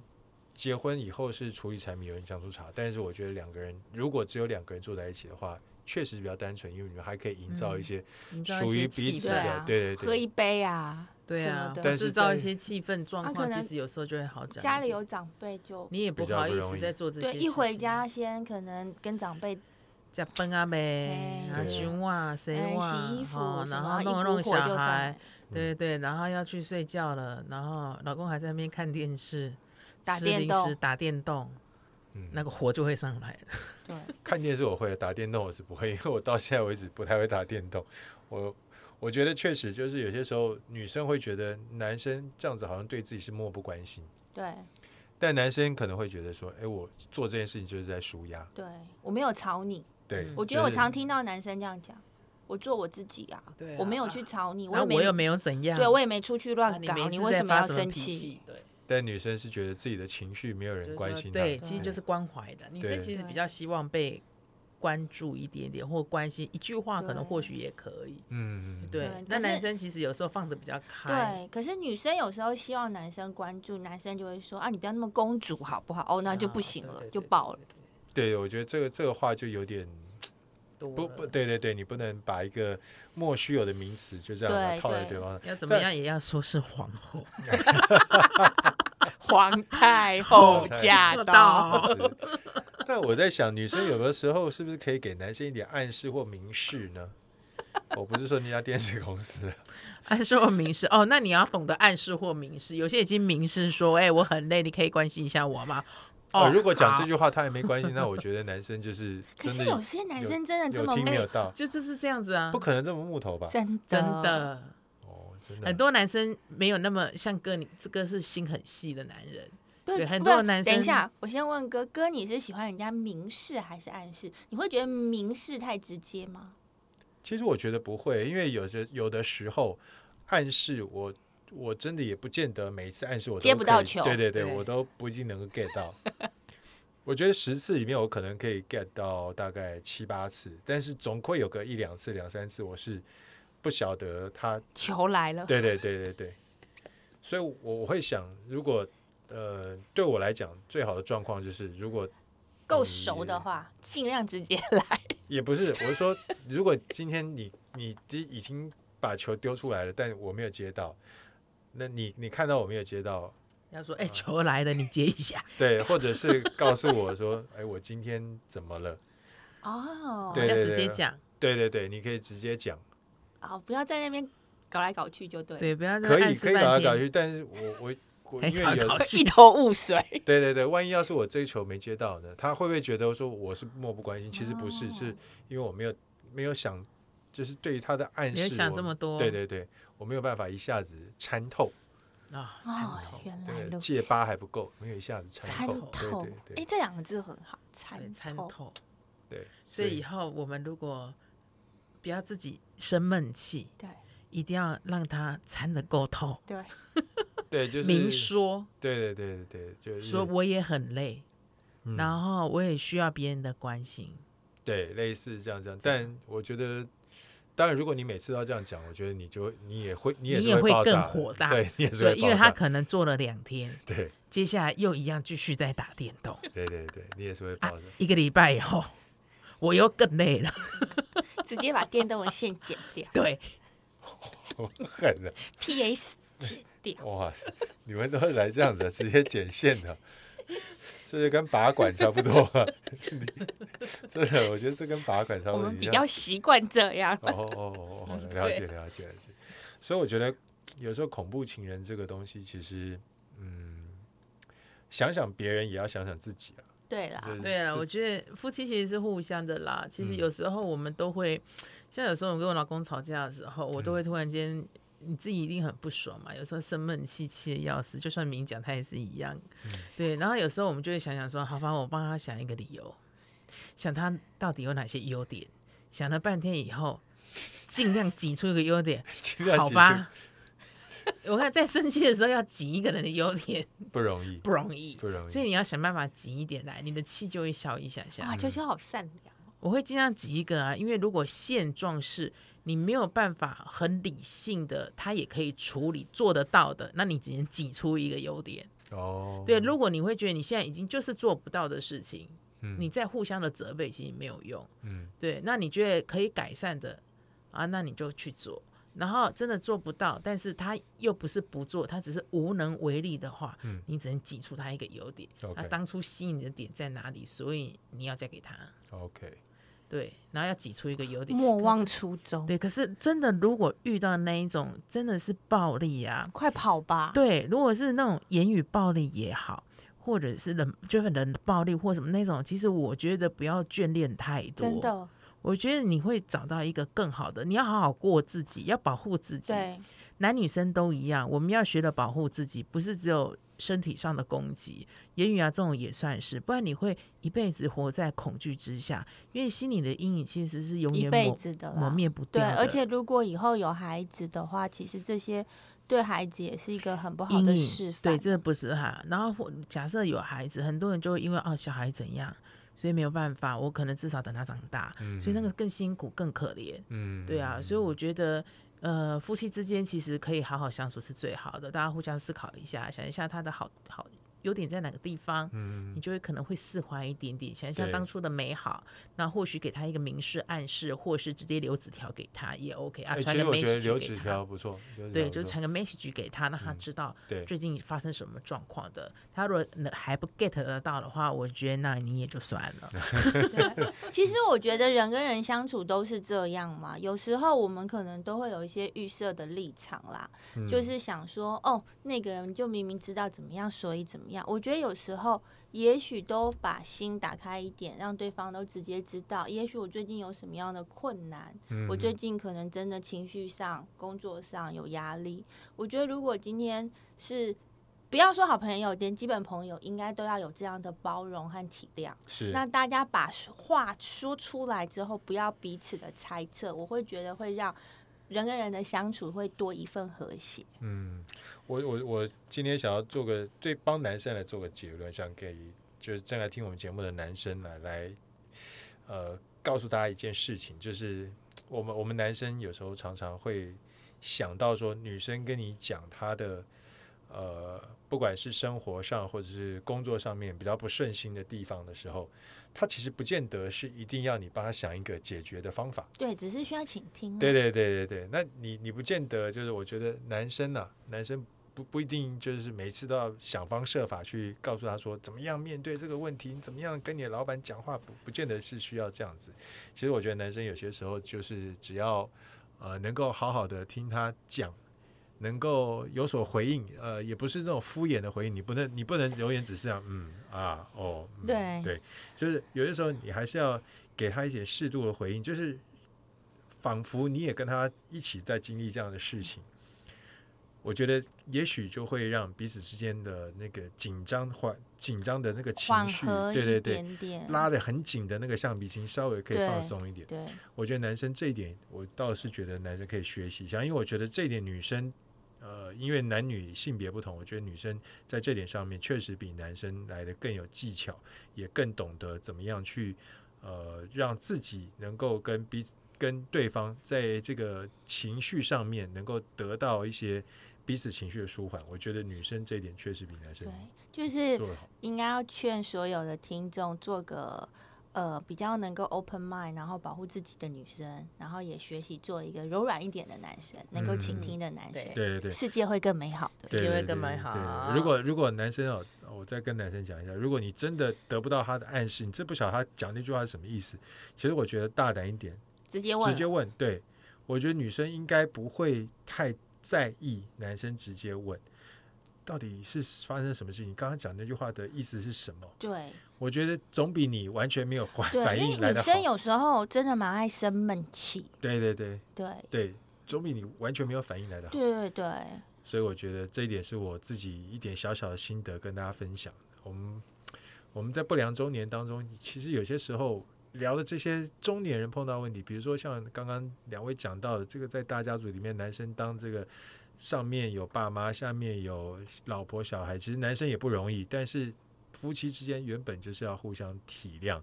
Speaker 1: 结婚以后是处理柴米油盐酱醋茶，但是我觉得两个人如果只有两个人住在一起的话，确实比较单纯，因为你们还可以营造一
Speaker 3: 嗯
Speaker 1: 些
Speaker 3: 营造一
Speaker 1: 属
Speaker 3: 些
Speaker 1: 于
Speaker 3: 气
Speaker 1: 彼此
Speaker 3: 氛
Speaker 4: 对
Speaker 1: 的
Speaker 4: 啊，
Speaker 1: 对对
Speaker 4: 喝
Speaker 1: 对，
Speaker 4: 一杯啊，
Speaker 3: 对
Speaker 4: 什
Speaker 3: 啊
Speaker 4: 么，的
Speaker 1: 但是
Speaker 3: 制造一
Speaker 1: 在
Speaker 3: 些气氛状
Speaker 4: 啊可
Speaker 3: 况，其
Speaker 4: 能
Speaker 3: 实有时候就会好讲一点。
Speaker 4: 家里有长辈就。
Speaker 3: 你也
Speaker 1: 比
Speaker 3: 不
Speaker 1: 较
Speaker 3: 好
Speaker 1: 不
Speaker 3: 意
Speaker 1: 容
Speaker 3: 思
Speaker 1: 易
Speaker 3: 再做这
Speaker 4: 对，
Speaker 3: 些事
Speaker 4: 一回
Speaker 3: 情
Speaker 4: 家先可能跟长辈
Speaker 3: 加班啊呗，
Speaker 4: 嘿
Speaker 3: 啊，
Speaker 1: 对
Speaker 3: 熊啊，谁
Speaker 4: 嗯
Speaker 3: 哇，
Speaker 4: 洗衣服
Speaker 3: 哦，
Speaker 4: 什
Speaker 3: 然
Speaker 4: 么
Speaker 3: 后
Speaker 4: 一
Speaker 3: 弄
Speaker 4: 股
Speaker 3: 弄
Speaker 4: 火
Speaker 3: 小
Speaker 4: 就上
Speaker 3: 孩
Speaker 4: 来，
Speaker 1: 嗯
Speaker 3: 对对，然后要去睡觉了，然后老公还在那边看电视，
Speaker 4: 打
Speaker 3: 吃
Speaker 4: 电
Speaker 3: 零
Speaker 4: 动
Speaker 3: 食打电动，
Speaker 1: 嗯
Speaker 3: 那个火就会上来了。
Speaker 4: 对，
Speaker 1: 看电视我会，打电动我是不会，因为我到现在为止不太会打电动。我我觉得确实就是有些时候女生会觉得男生这样子好像对自己是漠不关心，
Speaker 4: 对
Speaker 1: 但男生可能会觉得说，哎，我做这件事情就是在舒压。
Speaker 4: 对，我没有吵你，
Speaker 1: 对，
Speaker 3: 嗯
Speaker 4: 我觉得我
Speaker 1: 就是
Speaker 4: 常听到男生这样讲，我做我自己啊，
Speaker 3: 对
Speaker 4: 我没有
Speaker 3: 啊
Speaker 4: 去吵你，
Speaker 3: 那
Speaker 4: 也没，
Speaker 3: 我又没有怎样，
Speaker 4: 对我也没出去
Speaker 3: 啊
Speaker 4: 乱
Speaker 3: 你
Speaker 4: 搞，
Speaker 3: 没
Speaker 4: 你
Speaker 3: 事
Speaker 4: 为
Speaker 3: 在
Speaker 4: 什么
Speaker 3: 发
Speaker 4: 要
Speaker 3: 什么
Speaker 4: 生
Speaker 3: 脾
Speaker 4: 气？
Speaker 3: 气？对，
Speaker 1: 但女生是觉得自己的情绪没有
Speaker 3: 就
Speaker 1: 人
Speaker 3: 是
Speaker 1: 关
Speaker 3: 说
Speaker 1: 心她。
Speaker 3: 对，
Speaker 4: 她
Speaker 3: 其实
Speaker 1: 对
Speaker 3: 就是关怀的。女
Speaker 1: 对
Speaker 3: 生其实
Speaker 4: 对
Speaker 3: 比较希望被关注一点点，或关心一句话，可
Speaker 4: 对
Speaker 3: 能或许也可以。
Speaker 1: 嗯，嗯嗯
Speaker 3: 对
Speaker 4: 对，
Speaker 3: 那
Speaker 4: 但
Speaker 3: 男
Speaker 4: 是
Speaker 3: 生其实有时候放的比较开，
Speaker 4: 对，可是女生有时候希望男生关注，男生就会说啊，你不要那么公主好不好？哦，那就
Speaker 3: 啊
Speaker 4: 不行
Speaker 3: 对
Speaker 4: 了
Speaker 3: 对，
Speaker 4: 就
Speaker 3: 对
Speaker 4: 爆
Speaker 3: *laughs*
Speaker 4: 了。
Speaker 1: 对，我觉得这个这个话就有点
Speaker 3: 多
Speaker 1: 不不
Speaker 3: 了
Speaker 1: 对对对，你不能把一个莫须有的名词就这样
Speaker 4: 对
Speaker 1: 套在
Speaker 4: 对
Speaker 1: 对方。
Speaker 3: *laughs* 要怎么
Speaker 1: 但
Speaker 3: 样也要说是皇后 *laughs*
Speaker 4: 皇太
Speaker 1: 后驾
Speaker 3: *laughs* 到，
Speaker 1: 是那我在想，女生有的时候是不是可以给男生一点暗示或明示呢？我不是说那家电视公司啊，
Speaker 3: 暗示或明示哦，那你要懂得暗示或明示。有些已经明示说，哎、我很累，你可以关心一下我吗？哦，
Speaker 1: 呃如果讲这
Speaker 3: 好
Speaker 1: 句话他也没关系，那我觉得男生就是
Speaker 4: 可
Speaker 1: 真
Speaker 4: 是
Speaker 1: 的
Speaker 4: 有些男生真的这
Speaker 1: 有
Speaker 4: 么
Speaker 1: 听没
Speaker 4: 累
Speaker 1: 有到，
Speaker 3: 就就是这样子啊
Speaker 1: 不，可能这么木头吧？
Speaker 4: 真
Speaker 3: 真的。
Speaker 1: 哦，真
Speaker 3: 很
Speaker 1: 的，
Speaker 3: 多男生没有那么像哥你，这个是心很细的男人。
Speaker 4: 对
Speaker 3: 对很
Speaker 4: 不
Speaker 3: 多
Speaker 4: 是
Speaker 3: 男
Speaker 4: 等一
Speaker 3: 生
Speaker 4: 下，我先问哥哥，你是喜欢人家明示还是暗示？你会觉得明示太直接吗？
Speaker 1: 其实我觉得不会，因为有些有的时候暗示我。我真的也不见得每一次暗示我都
Speaker 4: 接不
Speaker 1: 可
Speaker 4: 到
Speaker 1: 以
Speaker 4: 球
Speaker 1: 对对对，
Speaker 3: 对
Speaker 1: 我都不一定能够 get 到。我觉得十次里面我可能可以 get 到大概七八次，但是总会有个一两次、两三次，我是不晓得他
Speaker 2: 球来了，
Speaker 1: 对对对对对，所以我我会想，如果呃对我来讲，最好的状况就是，如果
Speaker 4: 够
Speaker 1: 嗯
Speaker 4: 熟
Speaker 1: 也
Speaker 4: 的话，尽量直接来。
Speaker 1: 也不是，我是说，如果今天你你第已经把球丢出来了，但我没有接到，那你你看到我没有接到，
Speaker 3: 要说，
Speaker 1: 哦
Speaker 3: 哎、球来了，你接一下。
Speaker 1: 对，或者是告诉我说，哎，我今天怎么了？
Speaker 4: *laughs* 哦
Speaker 1: 对
Speaker 3: 要
Speaker 1: 对
Speaker 3: 直接
Speaker 1: 对
Speaker 3: 讲，
Speaker 1: 对对对，你可以直接讲，
Speaker 4: 好，不要在那边搞来搞去就对了，
Speaker 3: 对，不要再
Speaker 1: 可以
Speaker 3: 暗
Speaker 1: 可
Speaker 3: 示
Speaker 1: 以搞来
Speaker 3: 半
Speaker 1: 搞
Speaker 3: 天。
Speaker 1: 去，但是我我我
Speaker 3: 可以
Speaker 1: 因为
Speaker 3: 搞来
Speaker 1: 有
Speaker 3: 搞去
Speaker 4: 一头雾水。
Speaker 1: 对对对，万一要是我这一球没接到呢，他会不会觉得说我是漠不关心？其实不是，
Speaker 4: 哦
Speaker 1: 是因为我没有没有想，就是对于他的暗
Speaker 3: 没有
Speaker 1: 示，
Speaker 3: 想
Speaker 1: 我
Speaker 3: 这么多
Speaker 1: 对对对，我没有办法一下子参透，
Speaker 3: 啊，
Speaker 4: 哦
Speaker 3: 参，透，
Speaker 4: 原来
Speaker 1: 对
Speaker 4: 如，
Speaker 1: 戒
Speaker 4: 此。
Speaker 1: 疤还不够，没有一下子参
Speaker 4: 参
Speaker 1: 透，
Speaker 4: 透，
Speaker 1: 对对对
Speaker 4: 哎，这两个字很好，参
Speaker 3: 对，参
Speaker 4: 透。
Speaker 3: 透。
Speaker 1: 对，
Speaker 3: 所以以后我们如果不要自己生闷气，
Speaker 4: 对
Speaker 3: 一定要让他参得够透，
Speaker 4: 对，
Speaker 1: 对就是
Speaker 3: 明，说
Speaker 1: 对对对对对，就是
Speaker 3: 说我也很累，
Speaker 1: 嗯
Speaker 3: 然后我也需要别人的关心。
Speaker 1: 对类似这样这样，但我觉得。当然，如果你每次都要这样讲，我觉得你就会你也会你也
Speaker 3: 你
Speaker 1: 是
Speaker 3: 也会
Speaker 1: 爆
Speaker 3: 更
Speaker 1: 炸的
Speaker 3: 火大
Speaker 1: 对，你也是
Speaker 3: 对，
Speaker 1: 会
Speaker 3: 因为
Speaker 1: 爆
Speaker 3: 他
Speaker 1: 炸
Speaker 3: 可能做了两天，
Speaker 1: 对
Speaker 3: 接下来又一样继续在打电动
Speaker 1: 对对对，你也是会爆
Speaker 3: 啊
Speaker 1: 炸。，
Speaker 3: 一个礼拜以后我又更累了，
Speaker 4: 直接把电动的线剪掉
Speaker 3: 对，
Speaker 1: 我狠了。
Speaker 4: ，PS 剪掉。
Speaker 1: 哇，你们都来这样子啊，直接剪线的，这就跟拔管差不多啊。 *laughs* 你真的，我觉得这跟拔管差
Speaker 4: 我
Speaker 1: 不多
Speaker 4: 们
Speaker 1: 一
Speaker 4: 比
Speaker 1: 样
Speaker 4: 较。习惯这样。
Speaker 1: *laughs* 哦哦哦哦，好的，了
Speaker 3: *laughs*
Speaker 1: 解了解了解。所以我觉得有时候恐怖情人这个东西，其实嗯，想想别人也要想想自己啊。
Speaker 4: 对啦，
Speaker 1: 就是
Speaker 3: 对
Speaker 1: *laughs*
Speaker 3: 啊，
Speaker 1: 这
Speaker 3: 我觉得夫妻其实是互相的啦。其实
Speaker 1: 嗯
Speaker 3: 有时候我们都会，像有时候我跟我老公吵架的时候，
Speaker 1: 嗯
Speaker 3: 我都会突然间，你自己一定很不爽嘛，有时候生闷气气的要死，就算明讲他也是一样。
Speaker 1: 嗯
Speaker 3: 对，然后有时候我们就会想想说，好吧，我帮他想一个理由，想他到底有哪些优点，想了半天以后，尽量挤出一个优点，
Speaker 1: *laughs* 尽量
Speaker 3: 好
Speaker 1: 其实
Speaker 3: 吧。 *laughs* 我看在生气的时候要挤一个人的优点
Speaker 1: 不容易，
Speaker 3: 不容易，
Speaker 1: 不容易
Speaker 3: 所以你要想办法挤一点来，你的气就会消一下下
Speaker 4: 哇，。秋秋好善良。
Speaker 3: 我会尽量挤一个啊，因为如果现状是你没有办法很理性的，他也可以处理做得到的，那你只能挤出一个优点。
Speaker 1: 哦。
Speaker 3: 对，如果你会觉得你现在已经就是做不到的事情，
Speaker 1: 嗯
Speaker 3: 你再互相的责备其实没有用。
Speaker 1: 嗯，
Speaker 3: 对，那你觉得可以改善的啊，那你就去做。然后真的做不到，但是他又不是不做，他只是无能为力的话，
Speaker 1: 嗯
Speaker 3: 你只能挤出他一个优点。那
Speaker 1: OK
Speaker 3: 啊当初吸引你的点在哪里？所以你要再给他，
Speaker 1: OK，
Speaker 3: 对，然后要挤出一个优点。
Speaker 4: 莫忘
Speaker 3: 可是
Speaker 4: 初衷，
Speaker 3: 对，可是真的，如果遇到那一种真的是暴力啊，
Speaker 4: 快跑吧！
Speaker 3: 对，如果是那种言语暴力也好，或者是人就是人的暴力或什么那种，其实我觉得不要眷恋太多。
Speaker 4: 真，的，
Speaker 3: 我觉得你会找到一个更好的，你要好好过自己，要保护自己。
Speaker 4: 对，
Speaker 3: 男女生都一样，我们要学着保护自己，不是只有身体上的攻击，言语啊这种也算是，不然你会一辈子活在恐惧之下，因为心里的阴影其实是永
Speaker 4: 一
Speaker 3: 远
Speaker 4: 辈
Speaker 3: 抹
Speaker 4: 子的
Speaker 3: 抹
Speaker 4: 啦。
Speaker 3: 灭不
Speaker 4: 对，
Speaker 3: 掉的。
Speaker 4: 而且如果以后有孩子的话，其实这些对孩子也是一个很不好的示范。
Speaker 3: 对，这不是哈。然后或假设有孩子，很多人就会因为哦小孩怎样，所以没有办法，我可能至少等他长大，
Speaker 1: 嗯
Speaker 3: 所以那个更辛苦、更可怜。
Speaker 1: 嗯，
Speaker 3: 对啊，所以我觉得，呃，夫妻之间其实可以好好相处是最好的，大家互相思考一下，想一下他的好好优点在哪个地方，
Speaker 1: 嗯
Speaker 3: 你就会可能会释怀一点点，想一想
Speaker 1: 对
Speaker 3: 当初的美好，那或许给他一个明示暗示，或是直接留纸条给他也 OK 啊，
Speaker 1: 哎，
Speaker 3: 传
Speaker 1: 其实
Speaker 3: 个
Speaker 1: 我觉得
Speaker 3: message
Speaker 1: 留
Speaker 3: 给
Speaker 1: 纸
Speaker 3: 他
Speaker 1: 条不错，留纸条
Speaker 3: 对，
Speaker 1: 不
Speaker 3: 就是
Speaker 1: 错
Speaker 3: 传个 message 给他，让他
Speaker 1: 嗯
Speaker 3: 知道
Speaker 1: 对
Speaker 3: 最近发生什么状况的。他如果能还不 get 得到的话，我觉得那你也就算
Speaker 1: *laughs*
Speaker 3: 了。
Speaker 4: 其实我觉得人跟人相处都是这样嘛，有时候我们可能都会有一些预设的立场啦，就是想说，哦，那个人就明明知道怎么样，所以怎么样。我觉得有时候也许都把心打开一点，让对方都直接知道，也许我最近有什么样的困难，我最近可能真的情绪上、工作上有压力。我觉得如果今天是。不要说好朋友，连基本朋友应该都要有这样的包容和体谅。
Speaker 1: 是
Speaker 4: 那大家把话说出来之后，不要彼此的猜测，我会觉得会让人跟人的相处会多一份和谐。
Speaker 1: 嗯，我我我今天想要做个对帮男生来做个结论，想给就是正在听我们节目的男生来来，呃，告诉大家一件事情，就是我们我们男生有时候常常会想到说，女生跟你讲她的呃，不管是生活上或者是工作上面比较不顺心的地方的时候，她其实不见得是一定要你帮她想一个解决的方法。
Speaker 4: 对，只是需要倾听啊。
Speaker 1: 对对对对对，那你你不见得就是，我觉得男生呐、男生不不一定就是每次都要想方设法去告诉他说怎么样面对这个问题，你怎么样跟你的老板讲话，不不见得是需要这样子。其实我觉得男生有些时候就是只要呃能够好好的听他讲。能够有所回应，呃，也不是那种敷衍的回应，你不能，你不能永远只是这样，嗯啊，哦，嗯
Speaker 4: 对
Speaker 1: 对，就是有些时候你还是要给他一点适度的回应，就是仿佛你也跟他一起在经历这样的事情，我觉得也许就会让彼此之间的那个紧张缓紧张的那个情
Speaker 4: 缓
Speaker 1: 绪，
Speaker 4: 和
Speaker 1: 对对
Speaker 4: 一
Speaker 1: 对，
Speaker 4: 点点，
Speaker 1: 拉得很紧的那个橡皮筋稍微可以
Speaker 4: 对
Speaker 1: 放松一点。
Speaker 4: 对
Speaker 1: 我觉得男生这一点，我倒是觉得男生可以学习一下，因为我觉得这一点女生，呃，因为男女性别不同，我觉得女生在这点上面确实比男生来的更有技巧，也更懂得怎么样去，呃，让自己能够跟彼此、跟对方在这个情绪上面能够得到一些彼此情绪的舒缓。我觉得女生这一点确实比男生
Speaker 4: 对，就是
Speaker 1: 做得好。
Speaker 4: 应该要劝所有的听众做个呃比较能够 open mind，然后保护自己的女生，然后也学习做一个柔软一点的男生，能够倾
Speaker 1: 嗯
Speaker 4: 听的男生，
Speaker 3: 对
Speaker 1: 对对对。
Speaker 4: 世界会更美好的。
Speaker 1: 对
Speaker 3: 机会
Speaker 1: 对
Speaker 3: 更
Speaker 1: 对
Speaker 3: 美
Speaker 1: 对
Speaker 3: 好
Speaker 1: 如果如果男生哦，我再跟男生讲一下，如果你真的得不到他的暗示，你真不晓得他讲那句话是什么意思，其实我觉得大胆一点，
Speaker 4: 直接问
Speaker 1: 直
Speaker 4: 了，
Speaker 1: 接问。对，我觉得女生应该不会太在意男生直接问到底是发生什么事情，刚刚讲那句话的意思是什么。
Speaker 4: 对。
Speaker 1: 我觉得总比你完全没有反 *laughs*
Speaker 4: 对，
Speaker 1: 反应
Speaker 4: 因
Speaker 1: 来
Speaker 4: 为女
Speaker 1: 的
Speaker 4: 生
Speaker 1: 好。
Speaker 4: 有时候真的蛮爱生闷气，
Speaker 1: 对对对
Speaker 4: 对，
Speaker 1: 对，总比你完全没有反应来的好。
Speaker 4: 对对对，
Speaker 1: 所以我觉得这一点是我自己一点小小的心得跟大家分享。我们我们在不良中年当中，其实有些时候聊的这些中年人碰到的问题，比如说像刚刚两位讲到的，这个在大家族里面，男生当这个上面有爸妈，下面有老婆小孩，其实男生也不容易，但是夫妻之间原本就是要互相体谅。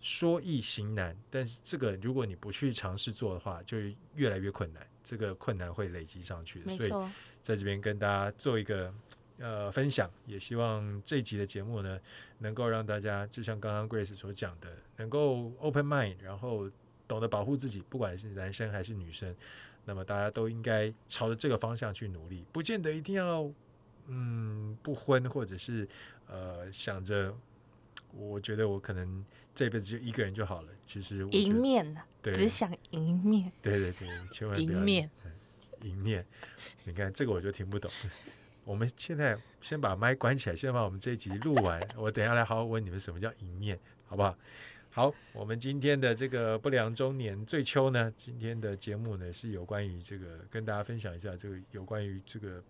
Speaker 1: 说易行难，但是这个如果你不去尝试做的话，就越来越困难，这个困难会累积上去的。
Speaker 4: 没
Speaker 1: 所以
Speaker 4: 错，
Speaker 1: 在这边跟大家做一个呃分享，也希望这一集的节目呢，能够让大家就像刚刚 Grace 所讲的，能够 open mind，然后懂得保护自己，不管是男生还是女生，那么大家都应该朝着这个方向去努力，不见得一定要嗯不婚，或者是呃想着。我觉得我可能这辈子就一个人就好了。其实我觉
Speaker 4: 赢
Speaker 1: 得，
Speaker 4: 面啊
Speaker 1: 对
Speaker 4: 只想赢面，
Speaker 1: 对对对，千万不
Speaker 3: 迎
Speaker 1: 要
Speaker 3: 面
Speaker 1: 迎面，你看这个我就听不懂。我们现在先把麦关起来，先把我们这一集录完，
Speaker 3: *laughs*
Speaker 1: 我等一下来好好问你们什么叫迎面，好不好？好，我们今天的这个不良中年最秋呢，今天的节目呢是有关于这个跟大家分享一下这个有关于这个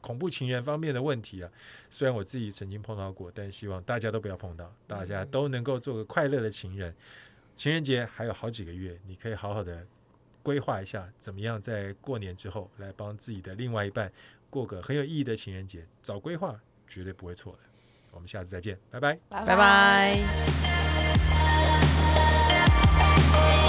Speaker 1: 恐怖情人方面的问题啊。虽然我自己曾经碰到过，但希望大家都不要碰到，大家都能够做个快乐的情人。情人节还有好几个月，你可以好好的规划一下，怎么样在过年之后来帮自己的另外一半过个很有意义的情人节。早规划绝对不会错的。我们下次再见，拜拜。
Speaker 4: 拜
Speaker 3: 拜拜。